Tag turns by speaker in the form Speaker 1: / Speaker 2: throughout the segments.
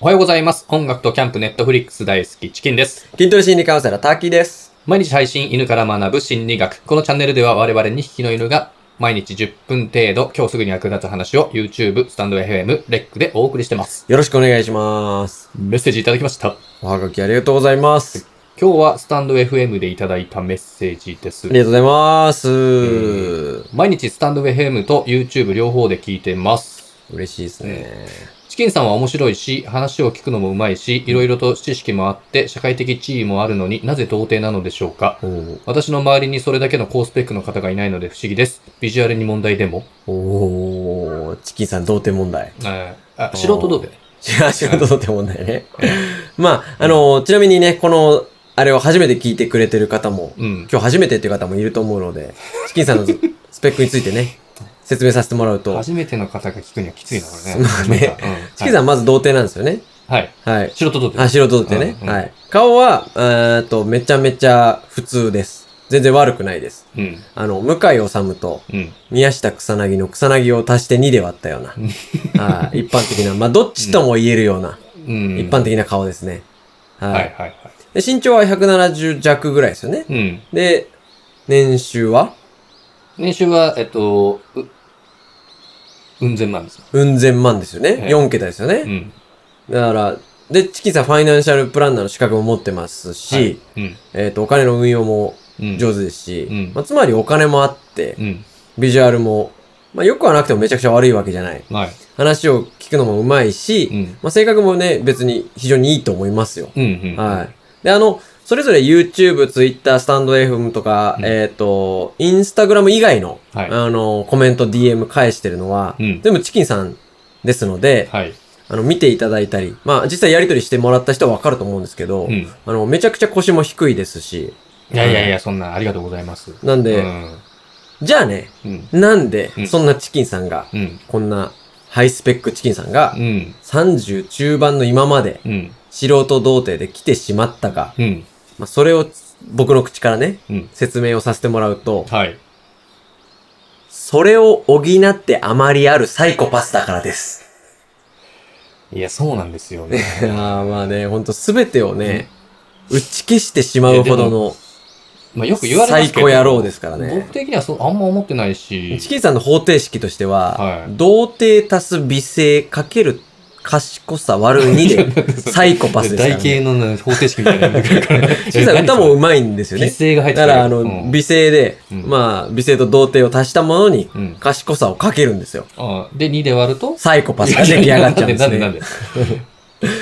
Speaker 1: おはようございます。音楽とキャンプ、ネットフリックス大好き、チキンです。
Speaker 2: 筋トレ心理カウンセラー、ターキーです。
Speaker 1: 毎日配信、犬から学ぶ心理学。このチャンネルでは我々2匹の犬が毎日10分程度、今日すぐに役立つ話を YouTube、スタンド FM、レックでお送りしてます。
Speaker 2: よろしくお願いします。
Speaker 1: メッセージいただきました。
Speaker 2: おはがきありがとうございます。
Speaker 1: 今日はスタンド FM でいただいたメッセージです
Speaker 2: あり。がとうございます。
Speaker 1: 毎日スタンド FM と YouTube 両方で聞いてます。
Speaker 2: 嬉しいですね。
Speaker 1: チキンさんは面白いし、話を聞くのもうまいし、いろいろと知識もあって、社会的地位もあるのになぜ童貞なのでしょうか
Speaker 2: お
Speaker 1: 私の周りにそれだけの高スペックの方がいないので不思議です。ビジュアルに問題でも。
Speaker 2: ーおー、チキンさん、童貞問題。
Speaker 1: えーあ、素人同士ね。
Speaker 2: 違う、仕事童貞問題ね。まあ、あの、ちなみにね、この、あれを初めて聞いてくれてる方も、
Speaker 1: うん。
Speaker 2: 今日初めてっていう方もいると思うので、チキンさんのスペックについてね、説明させてもらうと、
Speaker 1: 初めての方が聞くにはきついな、これね。
Speaker 2: まあね
Speaker 1: うん。
Speaker 2: チキンさんはまず童貞なんですよね。
Speaker 1: はい。はい。
Speaker 2: はい。
Speaker 1: 素人同士
Speaker 2: あ、素人ってね。
Speaker 1: うんうん
Speaker 2: はい。顔は、えーっと、めちゃめちゃ普通です。全然悪くないです。
Speaker 1: うん。
Speaker 2: あの、向井治と
Speaker 1: うん。
Speaker 2: 宮下草薙の草薙を足して2で割ったよ うな
Speaker 1: うん。
Speaker 2: はい。一般的な、まあ、どっちとも言えるような、
Speaker 1: うん。
Speaker 2: 一般的な顔ですね。
Speaker 1: は、
Speaker 2: はいい。
Speaker 1: はい、はい。
Speaker 2: で身長は170弱ぐらいですよね。
Speaker 1: うん。
Speaker 2: で、年収は
Speaker 1: 年収は、えっと、う、うん千万ですね。
Speaker 2: うん千万ですよね。
Speaker 1: ええ
Speaker 2: 4桁ですよ
Speaker 1: う
Speaker 2: ね。
Speaker 1: ん。
Speaker 2: だから、で、チキンさんファイナンシャルプランナーの資格も持ってますし、
Speaker 1: はいうん。
Speaker 2: えーっと、お金の運用も
Speaker 1: うん。
Speaker 2: 上手ですし、
Speaker 1: うん
Speaker 2: まあ、つまりお金もあって、
Speaker 1: うん。
Speaker 2: ビジュアルも、まあ、良くはなくてもめちゃくちゃ悪いわけじゃない。
Speaker 1: はい。
Speaker 2: 話を聞くのもうまいし、
Speaker 1: うん。
Speaker 2: まあ、性格もね、別に非常にいいと思いますよ。
Speaker 1: うん。うん。
Speaker 2: はい。で、あの、それぞれ YouTube、Twitter、スタンド FM とか、
Speaker 1: うん
Speaker 2: えっ、と、Instagram 以外の、
Speaker 1: はい
Speaker 2: あの、コメント、DM 返してるのは、
Speaker 1: うん
Speaker 2: 全部チキンさんですので、
Speaker 1: はい。
Speaker 2: あの、見ていただいたり、まあ、実際やりとりしてもらった人はわかると思うんですけど、
Speaker 1: うん。い
Speaker 2: あの、めちゃくちゃ腰も低いですし、
Speaker 1: やいやいや、そんな、ありがとうございます。
Speaker 2: なん
Speaker 1: う
Speaker 2: で、
Speaker 1: ん。
Speaker 2: じゃあね、
Speaker 1: うん。
Speaker 2: なんで
Speaker 1: うん、
Speaker 2: そんなチキンさんが、
Speaker 1: うん。
Speaker 2: こんなハイスペックチキンさんが
Speaker 1: う、ん。
Speaker 2: 30中盤の今まで
Speaker 1: うん。
Speaker 2: 素人童貞で来てしまったか、
Speaker 1: うん。
Speaker 2: まあ、それを僕の口からね、
Speaker 1: うん。
Speaker 2: 説明をさせてもらうと、
Speaker 1: はい。
Speaker 2: それを補ってあまりあるサイコパスだからです。
Speaker 1: いや、そうなんですよね。
Speaker 2: いやーまあね、ほんとすべてをね、打ち消してしまうほどの、
Speaker 1: まあ、よく言われますけど。
Speaker 2: 最高野郎ですからね
Speaker 1: 僕的にはそう、あんま思ってないし。
Speaker 2: チキンさんの方程式としては、
Speaker 1: はい
Speaker 2: 童貞足す美声かける賢さ割る2 で、サイコパスですから、ね。
Speaker 1: 台形のね方程式みたいなのが出てくるから
Speaker 2: チキンさん歌もうまいんですよね
Speaker 1: 美。声が入って
Speaker 2: だ
Speaker 1: る
Speaker 2: から、あの、
Speaker 1: うん
Speaker 2: 美声で、
Speaker 1: うん
Speaker 2: まあ、美声と童貞を足したものに、
Speaker 1: うん
Speaker 2: 賢さをかけるんですよ。
Speaker 1: あで、2で割ると
Speaker 2: サイコパスが出来上がっちゃうんです
Speaker 1: いやなんで、
Speaker 2: ね。
Speaker 1: なんで。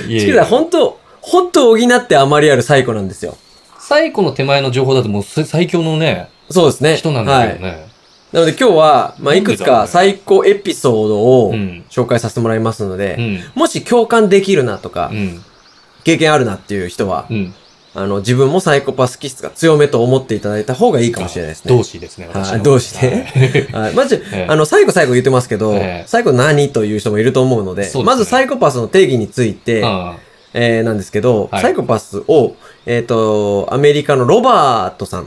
Speaker 2: チ
Speaker 1: いやい
Speaker 2: キンさん、
Speaker 1: や
Speaker 2: 本当本当補ってあまりあるサイコなんですよ。
Speaker 1: 最古の手前の情報だともう最最強のね、
Speaker 2: そうですね。
Speaker 1: 人なんだけど
Speaker 2: はい。
Speaker 1: ね。
Speaker 2: なので今日は、まあ、いくつ
Speaker 1: なんでだろうね
Speaker 2: かサイコエピソードを
Speaker 1: うん
Speaker 2: 紹介させてもらいますので、
Speaker 1: うん。
Speaker 2: もし共感できるなとか、
Speaker 1: うん。
Speaker 2: 経験あるなっていう人は
Speaker 1: う、ん。
Speaker 2: あの、自分もサイコパス気質が強めと思っていただいた方がいいかもしれないですね。
Speaker 1: 同志ですね、私
Speaker 2: は
Speaker 1: の。
Speaker 2: い同志ね
Speaker 1: はい。
Speaker 2: はい。まず、
Speaker 1: ええ
Speaker 2: あの、最後最後言ってますけど、
Speaker 1: ええ
Speaker 2: 最後何という人もいると思うので、
Speaker 1: そうですね
Speaker 2: まずサイコパスの定義について、
Speaker 1: あ
Speaker 2: えーなんですけど、
Speaker 1: はい
Speaker 2: サイコパスを、えっ、と、アメリカのロバートさんっ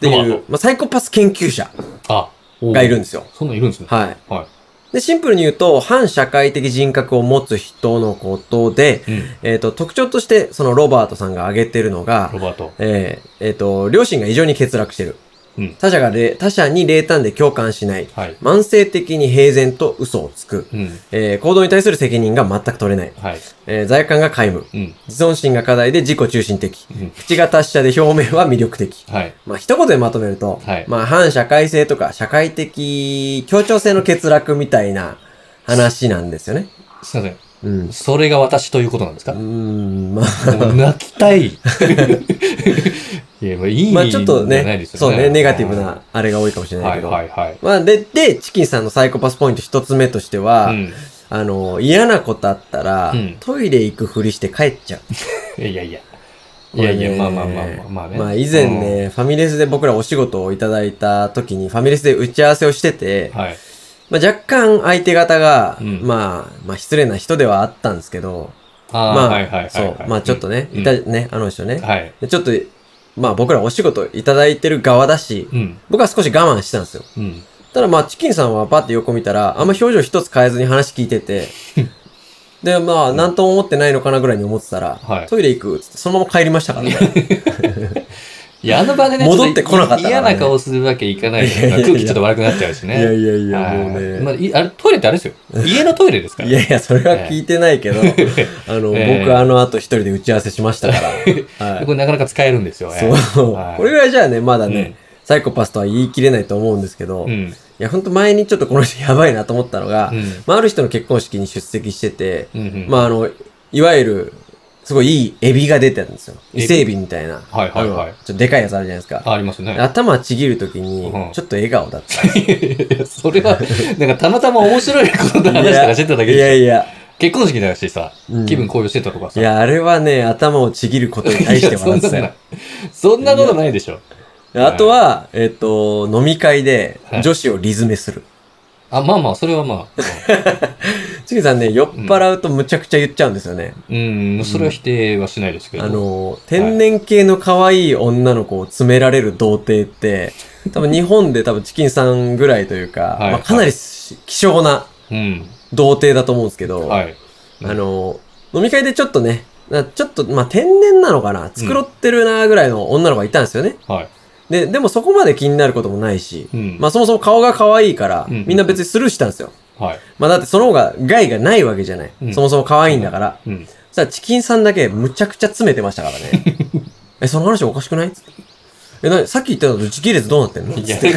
Speaker 2: て
Speaker 1: ロバ
Speaker 2: い
Speaker 1: ー
Speaker 2: う、まあ、サイコパス研究者
Speaker 1: あ。あおー
Speaker 2: がいるんですよ。
Speaker 1: そんなんいるんですね。
Speaker 2: はい。
Speaker 1: は
Speaker 2: で、シンプルに言うと、反社会的人格を持つ人のことで、
Speaker 1: い。うん。
Speaker 2: えっ、と、特徴として、そのロバートさんが挙げてるのが
Speaker 1: ロ、バート。
Speaker 2: えーえっ、と、両親が異常に欠落してる。
Speaker 1: うん
Speaker 2: 他者がれ、他者に冷淡で共感しない。
Speaker 1: はい。
Speaker 2: 慢性的に平然と嘘をつく。
Speaker 1: うん。
Speaker 2: えー行動に対する責任が全く取れない。
Speaker 1: はい。
Speaker 2: えー罪悪感が皆無。
Speaker 1: うん。
Speaker 2: 自尊心が課題で自己中心的。
Speaker 1: うん。
Speaker 2: 口が達者で表面は魅力的。
Speaker 1: はい。
Speaker 2: まあ、一言でまとめると、
Speaker 1: はい
Speaker 2: まあ、反社会性とか社会的協調性の欠落みたいな話なんですよね。
Speaker 1: すいません。
Speaker 2: うん。う
Speaker 1: それが私ということなんですか
Speaker 2: ーん、まあ、
Speaker 1: もう泣き たい。いや、まあいい意
Speaker 2: まあ、
Speaker 1: 味
Speaker 2: ち
Speaker 1: じゃ
Speaker 2: ょっと
Speaker 1: ない
Speaker 2: ね
Speaker 1: で、すよ
Speaker 2: そう
Speaker 1: ね。
Speaker 2: ね、ネガティブなあれが多いかもし
Speaker 1: うん。
Speaker 2: れな
Speaker 1: は
Speaker 2: いけ
Speaker 1: い
Speaker 2: ど。
Speaker 1: はいはい。
Speaker 2: まあ、で、で、チキンさんのサイコパスポイント一つ目としては、
Speaker 1: うん
Speaker 2: あの、嫌なことあったら、
Speaker 1: うん
Speaker 2: トイレ行くふりして帰っちゃう。
Speaker 1: いやいや。いやいや、まあまあまあまあまあね。
Speaker 2: まあ以前ね、ファミレスで僕らお仕事をいただいた時に、ファミレスで打ち合わせをしてて
Speaker 1: うん。、はい。
Speaker 2: まあ若干相手方が、
Speaker 1: うん
Speaker 2: まあ、まあ失礼な人ではあったんですけど、
Speaker 1: あ
Speaker 2: ま
Speaker 1: あ、
Speaker 2: あ、
Speaker 1: はいはいはい。
Speaker 2: そう、まあちょっとね、
Speaker 1: うん
Speaker 2: いた、ね、あの人ね、
Speaker 1: はい。
Speaker 2: でちょっと、まあ僕らお仕事いただいてる側だし、
Speaker 1: うん。
Speaker 2: 僕は少し我慢してたんですよ。
Speaker 1: うん。
Speaker 2: ただまあチキンさんはパッて横見たら、あんま表情一つ変えずに話聞いてて、で、まあ、
Speaker 1: うん
Speaker 2: なんとも思ってないのかなぐらいに思ってたら、
Speaker 1: はい
Speaker 2: トイレ行くっつって、そのまま帰りましたからね。
Speaker 1: いや、あの場でね、
Speaker 2: 戻ってこなかっ
Speaker 1: ちょ
Speaker 2: たからね
Speaker 1: と嫌な顔するわけいかないですか
Speaker 2: いや
Speaker 1: ら
Speaker 2: いやいや
Speaker 1: 空気ちょっと悪くなっちゃうし
Speaker 2: い
Speaker 1: ね。
Speaker 2: やいやいや、
Speaker 1: はい
Speaker 2: もうね。
Speaker 1: まあ、いあれ、トイレってあれですよ。家のトイレですから。
Speaker 2: いやいや、それは聞いてな いけど、あの、
Speaker 1: ええ
Speaker 2: 僕あの後一人で打ち合わせしまし たから。はい
Speaker 1: これなかなか使えるんですよ。ええ
Speaker 2: そう、
Speaker 1: はい
Speaker 2: これぐらいじゃあね、まだね、
Speaker 1: うん
Speaker 2: サイコパスとは言い切れないと思うんですけど、
Speaker 1: う
Speaker 2: い
Speaker 1: ん。
Speaker 2: や、ほんと前にちょっとこの人やばいなと思ったのが、
Speaker 1: うん
Speaker 2: まあ、ある人の結婚式に出席してて、
Speaker 1: うんうん。
Speaker 2: まあ、あの、いわゆる、すごいいいエビが出てるんですよ。
Speaker 1: エビ
Speaker 2: 伊勢エビみたいな。
Speaker 1: はいはいはい
Speaker 2: あのちょっとでかいやつあるじゃないですか。
Speaker 1: あありますね。
Speaker 2: 頭ちぎるときに
Speaker 1: うん、
Speaker 2: ちょっと笑顔だった。
Speaker 1: いや それは、なんかたまたま面白いことの話とかしてただけ
Speaker 2: いや
Speaker 1: でしょ。
Speaker 2: いや。
Speaker 1: 結婚式だしさ
Speaker 2: う、ん
Speaker 1: 気分高揚してたとか
Speaker 2: い
Speaker 1: さ。
Speaker 2: や、あれはね、頭をちぎることに対して
Speaker 1: そ
Speaker 2: 笑
Speaker 1: ん
Speaker 2: って
Speaker 1: なのな
Speaker 2: たよ
Speaker 1: い。。 そんなことないでしょ。
Speaker 2: あとは、えっと、飲み会で
Speaker 1: はい
Speaker 2: 女子をリズメする。
Speaker 1: あ、まあまあ、それはまあ。
Speaker 2: ちぎさんね、酔っ払うとむちゃくちゃ言っちゃうんですよね。
Speaker 1: うん、それは否定はしないですけど。
Speaker 2: あの、天然系の可愛い女の子を詰められる童貞って、多分日本で多分チキンさんぐらいというか、
Speaker 1: はい
Speaker 2: まあ、かなりし希少な
Speaker 1: うん。
Speaker 2: 童貞だと思うんですけど、
Speaker 1: はい。
Speaker 2: あの、飲み会でちょっとね、なちょっと、まあ、天然なのかな、繕ってるなぐらいの女の子がいたんですよね。
Speaker 1: はい。
Speaker 2: で、でもそこまで気になることもないし、
Speaker 1: うん。
Speaker 2: まあ、そもそも顔が可愛いから、
Speaker 1: うん
Speaker 2: みんな別にスルーしたんですよ。
Speaker 1: はい。
Speaker 2: まあ、だってその方が害がないわけじゃない。
Speaker 1: うん
Speaker 2: そもそも可愛いんだから。
Speaker 1: うん。
Speaker 2: そしたらチキンさんだけむちゃくちゃ詰めてましたから ね。え、その話おかしくないつってえ、なにさっき言ったのと時系列どうなってんの
Speaker 1: い
Speaker 2: つ
Speaker 1: や
Speaker 2: って。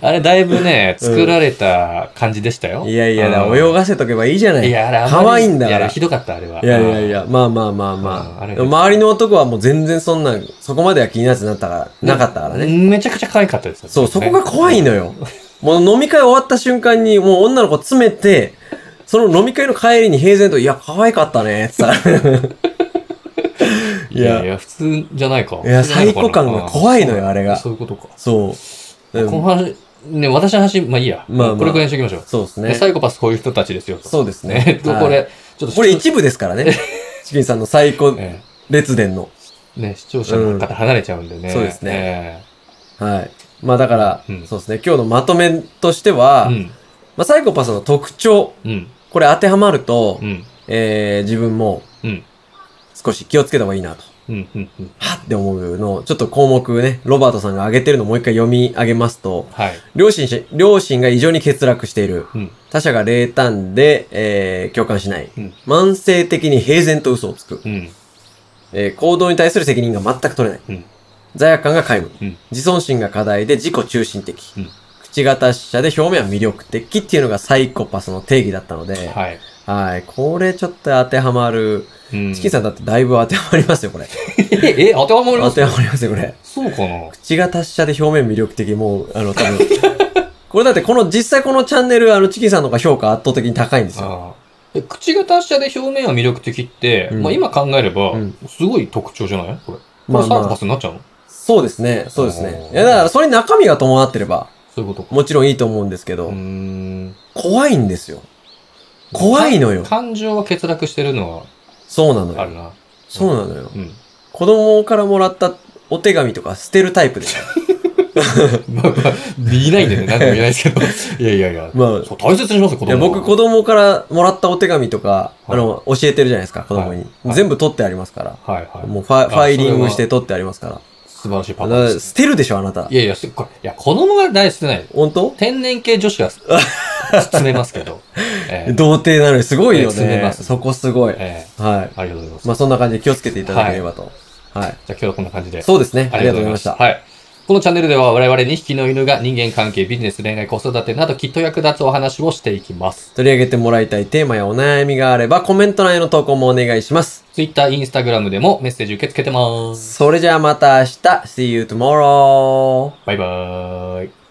Speaker 1: あれ、だいぶね、作られた感じでしたよ。
Speaker 2: いやいや、だ
Speaker 1: う
Speaker 2: か
Speaker 1: ん
Speaker 2: ら泳がせとけばいいじゃない。
Speaker 1: いや、あれあまり、
Speaker 2: 可愛いんだから
Speaker 1: やひどかった、あれは。
Speaker 2: いやいやいや、まあまあまあま
Speaker 1: うん
Speaker 2: あ。
Speaker 1: あれ
Speaker 2: でも周りの男はもう全然そんな、そこまでは気になってなったから、なかったから
Speaker 1: う
Speaker 2: ね。
Speaker 1: ん。めちゃくちゃ可愛かったですよね。
Speaker 2: そう、そこが怖いのよ。もう飲み会終わった瞬間に、もう女の子詰めて、その飲み会の帰りに平然と、いや、可愛かったね、つって 言ったら
Speaker 1: いやいや、普通じゃないか。
Speaker 2: いや、
Speaker 1: 普通なのか
Speaker 2: 最
Speaker 1: な
Speaker 2: 高感が怖いのよ、あれ
Speaker 1: うん
Speaker 2: が。
Speaker 1: そういうことか。
Speaker 2: そう。うん
Speaker 1: この話、ね、私の話、まあいいや。
Speaker 2: まあまあ
Speaker 1: これくらいにしておきましょう。
Speaker 2: そうです
Speaker 1: で
Speaker 2: ね。
Speaker 1: サイコパスこういう人たちですよと。
Speaker 2: そうです
Speaker 1: ね。え
Speaker 2: ね
Speaker 1: っ。と
Speaker 2: は い
Speaker 1: これ、ちょっと、
Speaker 2: これ一部ですからね。チキンさんの最高
Speaker 1: え
Speaker 2: 列伝の。
Speaker 1: えね、視聴者の方離れちゃうんでね。
Speaker 2: うんそうです
Speaker 1: ね。
Speaker 2: はい。まあだから、
Speaker 1: うん
Speaker 2: そうですね。今日のまとめとしては、
Speaker 1: うん。
Speaker 2: まあサイコパスの特徴、
Speaker 1: うん。
Speaker 2: これ当てはまると、
Speaker 1: うん。
Speaker 2: えー、自分も
Speaker 1: うん。
Speaker 2: 少し気をつけた方がいいなと。
Speaker 1: うん。うん。うん。
Speaker 2: はっって思うのを、ちょっと項目ね、ロバートさんが挙げてるのをもう一回読み上げますと、
Speaker 1: はい。
Speaker 2: 両親し、両親が異常に欠落している。
Speaker 1: うん。
Speaker 2: 他者が冷淡で、えー、共感しない。
Speaker 1: うん。
Speaker 2: 慢性的に平然と嘘をつく。
Speaker 1: うん。
Speaker 2: えー行動に対する責任が全く取れない。
Speaker 1: うん。
Speaker 2: 罪悪感が皆無。
Speaker 1: うん
Speaker 2: 自尊心が課題で自己中心的。
Speaker 1: うん
Speaker 2: 口が達者で表面は魅力的っていうのがサイコパスの定義だったので、
Speaker 1: はい。
Speaker 2: はい。これちょっと当てはまる。
Speaker 1: うん
Speaker 2: チキンさんだってだいぶ当てはまりますよ、これ。
Speaker 1: え、え、当てはまりま
Speaker 2: 当
Speaker 1: す
Speaker 2: てはまりますよ、これ。
Speaker 1: そうかな
Speaker 2: 口が達者で表面魅力的。もう、あの、多分。これだってこの、実際このチャンネル、あの、チキンさんの方が評価圧倒的に高いんですよ。
Speaker 1: ああえ口が達者で表面は魅力的って、
Speaker 2: うん
Speaker 1: まあ今考えれば
Speaker 2: うん、
Speaker 1: すごい特徴じゃないこれ。こ
Speaker 2: ま
Speaker 1: れサイ
Speaker 2: あまあ
Speaker 1: コパスになっちゃうの
Speaker 2: そうですね、そうですね
Speaker 1: お。ー
Speaker 2: いや、だからそれに中身が伴ってれば、
Speaker 1: そういうことか。
Speaker 2: もちろんいいと思うんですけど、
Speaker 1: うーん。
Speaker 2: 怖いんですよ。怖いのよ。
Speaker 1: 感情が欠落してるの
Speaker 2: そうなの
Speaker 1: はあ
Speaker 2: よ
Speaker 1: る。な。
Speaker 2: そうなのよ。
Speaker 1: うん。
Speaker 2: 子供からもらったお手紙とか捨てるタイプでしょ。
Speaker 1: まあまあ、言いないん でね、何でも言えないですけど。いやいやいや。
Speaker 2: まあ、
Speaker 1: そう大切にしますよ、子
Speaker 2: いや
Speaker 1: 供。
Speaker 2: 僕子供からもらったお手紙とか、
Speaker 1: はい
Speaker 2: あの、教えてるじゃないですか、子供に。
Speaker 1: はい
Speaker 2: 全部取ってありますから。
Speaker 1: はいはい。
Speaker 2: もうファイ
Speaker 1: あ
Speaker 2: ファイリン
Speaker 1: それは
Speaker 2: グして取ってありますから。
Speaker 1: 素晴らしいパ
Speaker 2: だ
Speaker 1: パ
Speaker 2: から
Speaker 1: です。
Speaker 2: 捨てるでしょ、あなた
Speaker 1: い。やいや、すっごい。いや、子供が大好きない。
Speaker 2: 本当
Speaker 1: 天然系女子 は詰めますけど。えー
Speaker 2: 童貞なのにすごいよ
Speaker 1: ええ詰めま
Speaker 2: ね。
Speaker 1: す
Speaker 2: そこすごい。はい。
Speaker 1: えーありがとうございます。
Speaker 2: まあそんな感じで気をつけていただければと。は
Speaker 1: じゃ
Speaker 2: い。
Speaker 1: あ今日はこんな感じで。
Speaker 2: そうですね。ありがとうございました。
Speaker 1: はい。このチャンネルでは我々2匹の犬が人間関係、ビジネス、恋愛、子育てなどきっと役立つお話をしていきます。
Speaker 2: 取り上げてもらいたいテーマやお悩みがあれば、コメント欄への投稿もお願いします。
Speaker 1: Twitter、Instagram でもメッセージ受け付けてます。
Speaker 2: それじゃあまた明日 !See you tomorrow!
Speaker 1: バイバーイ。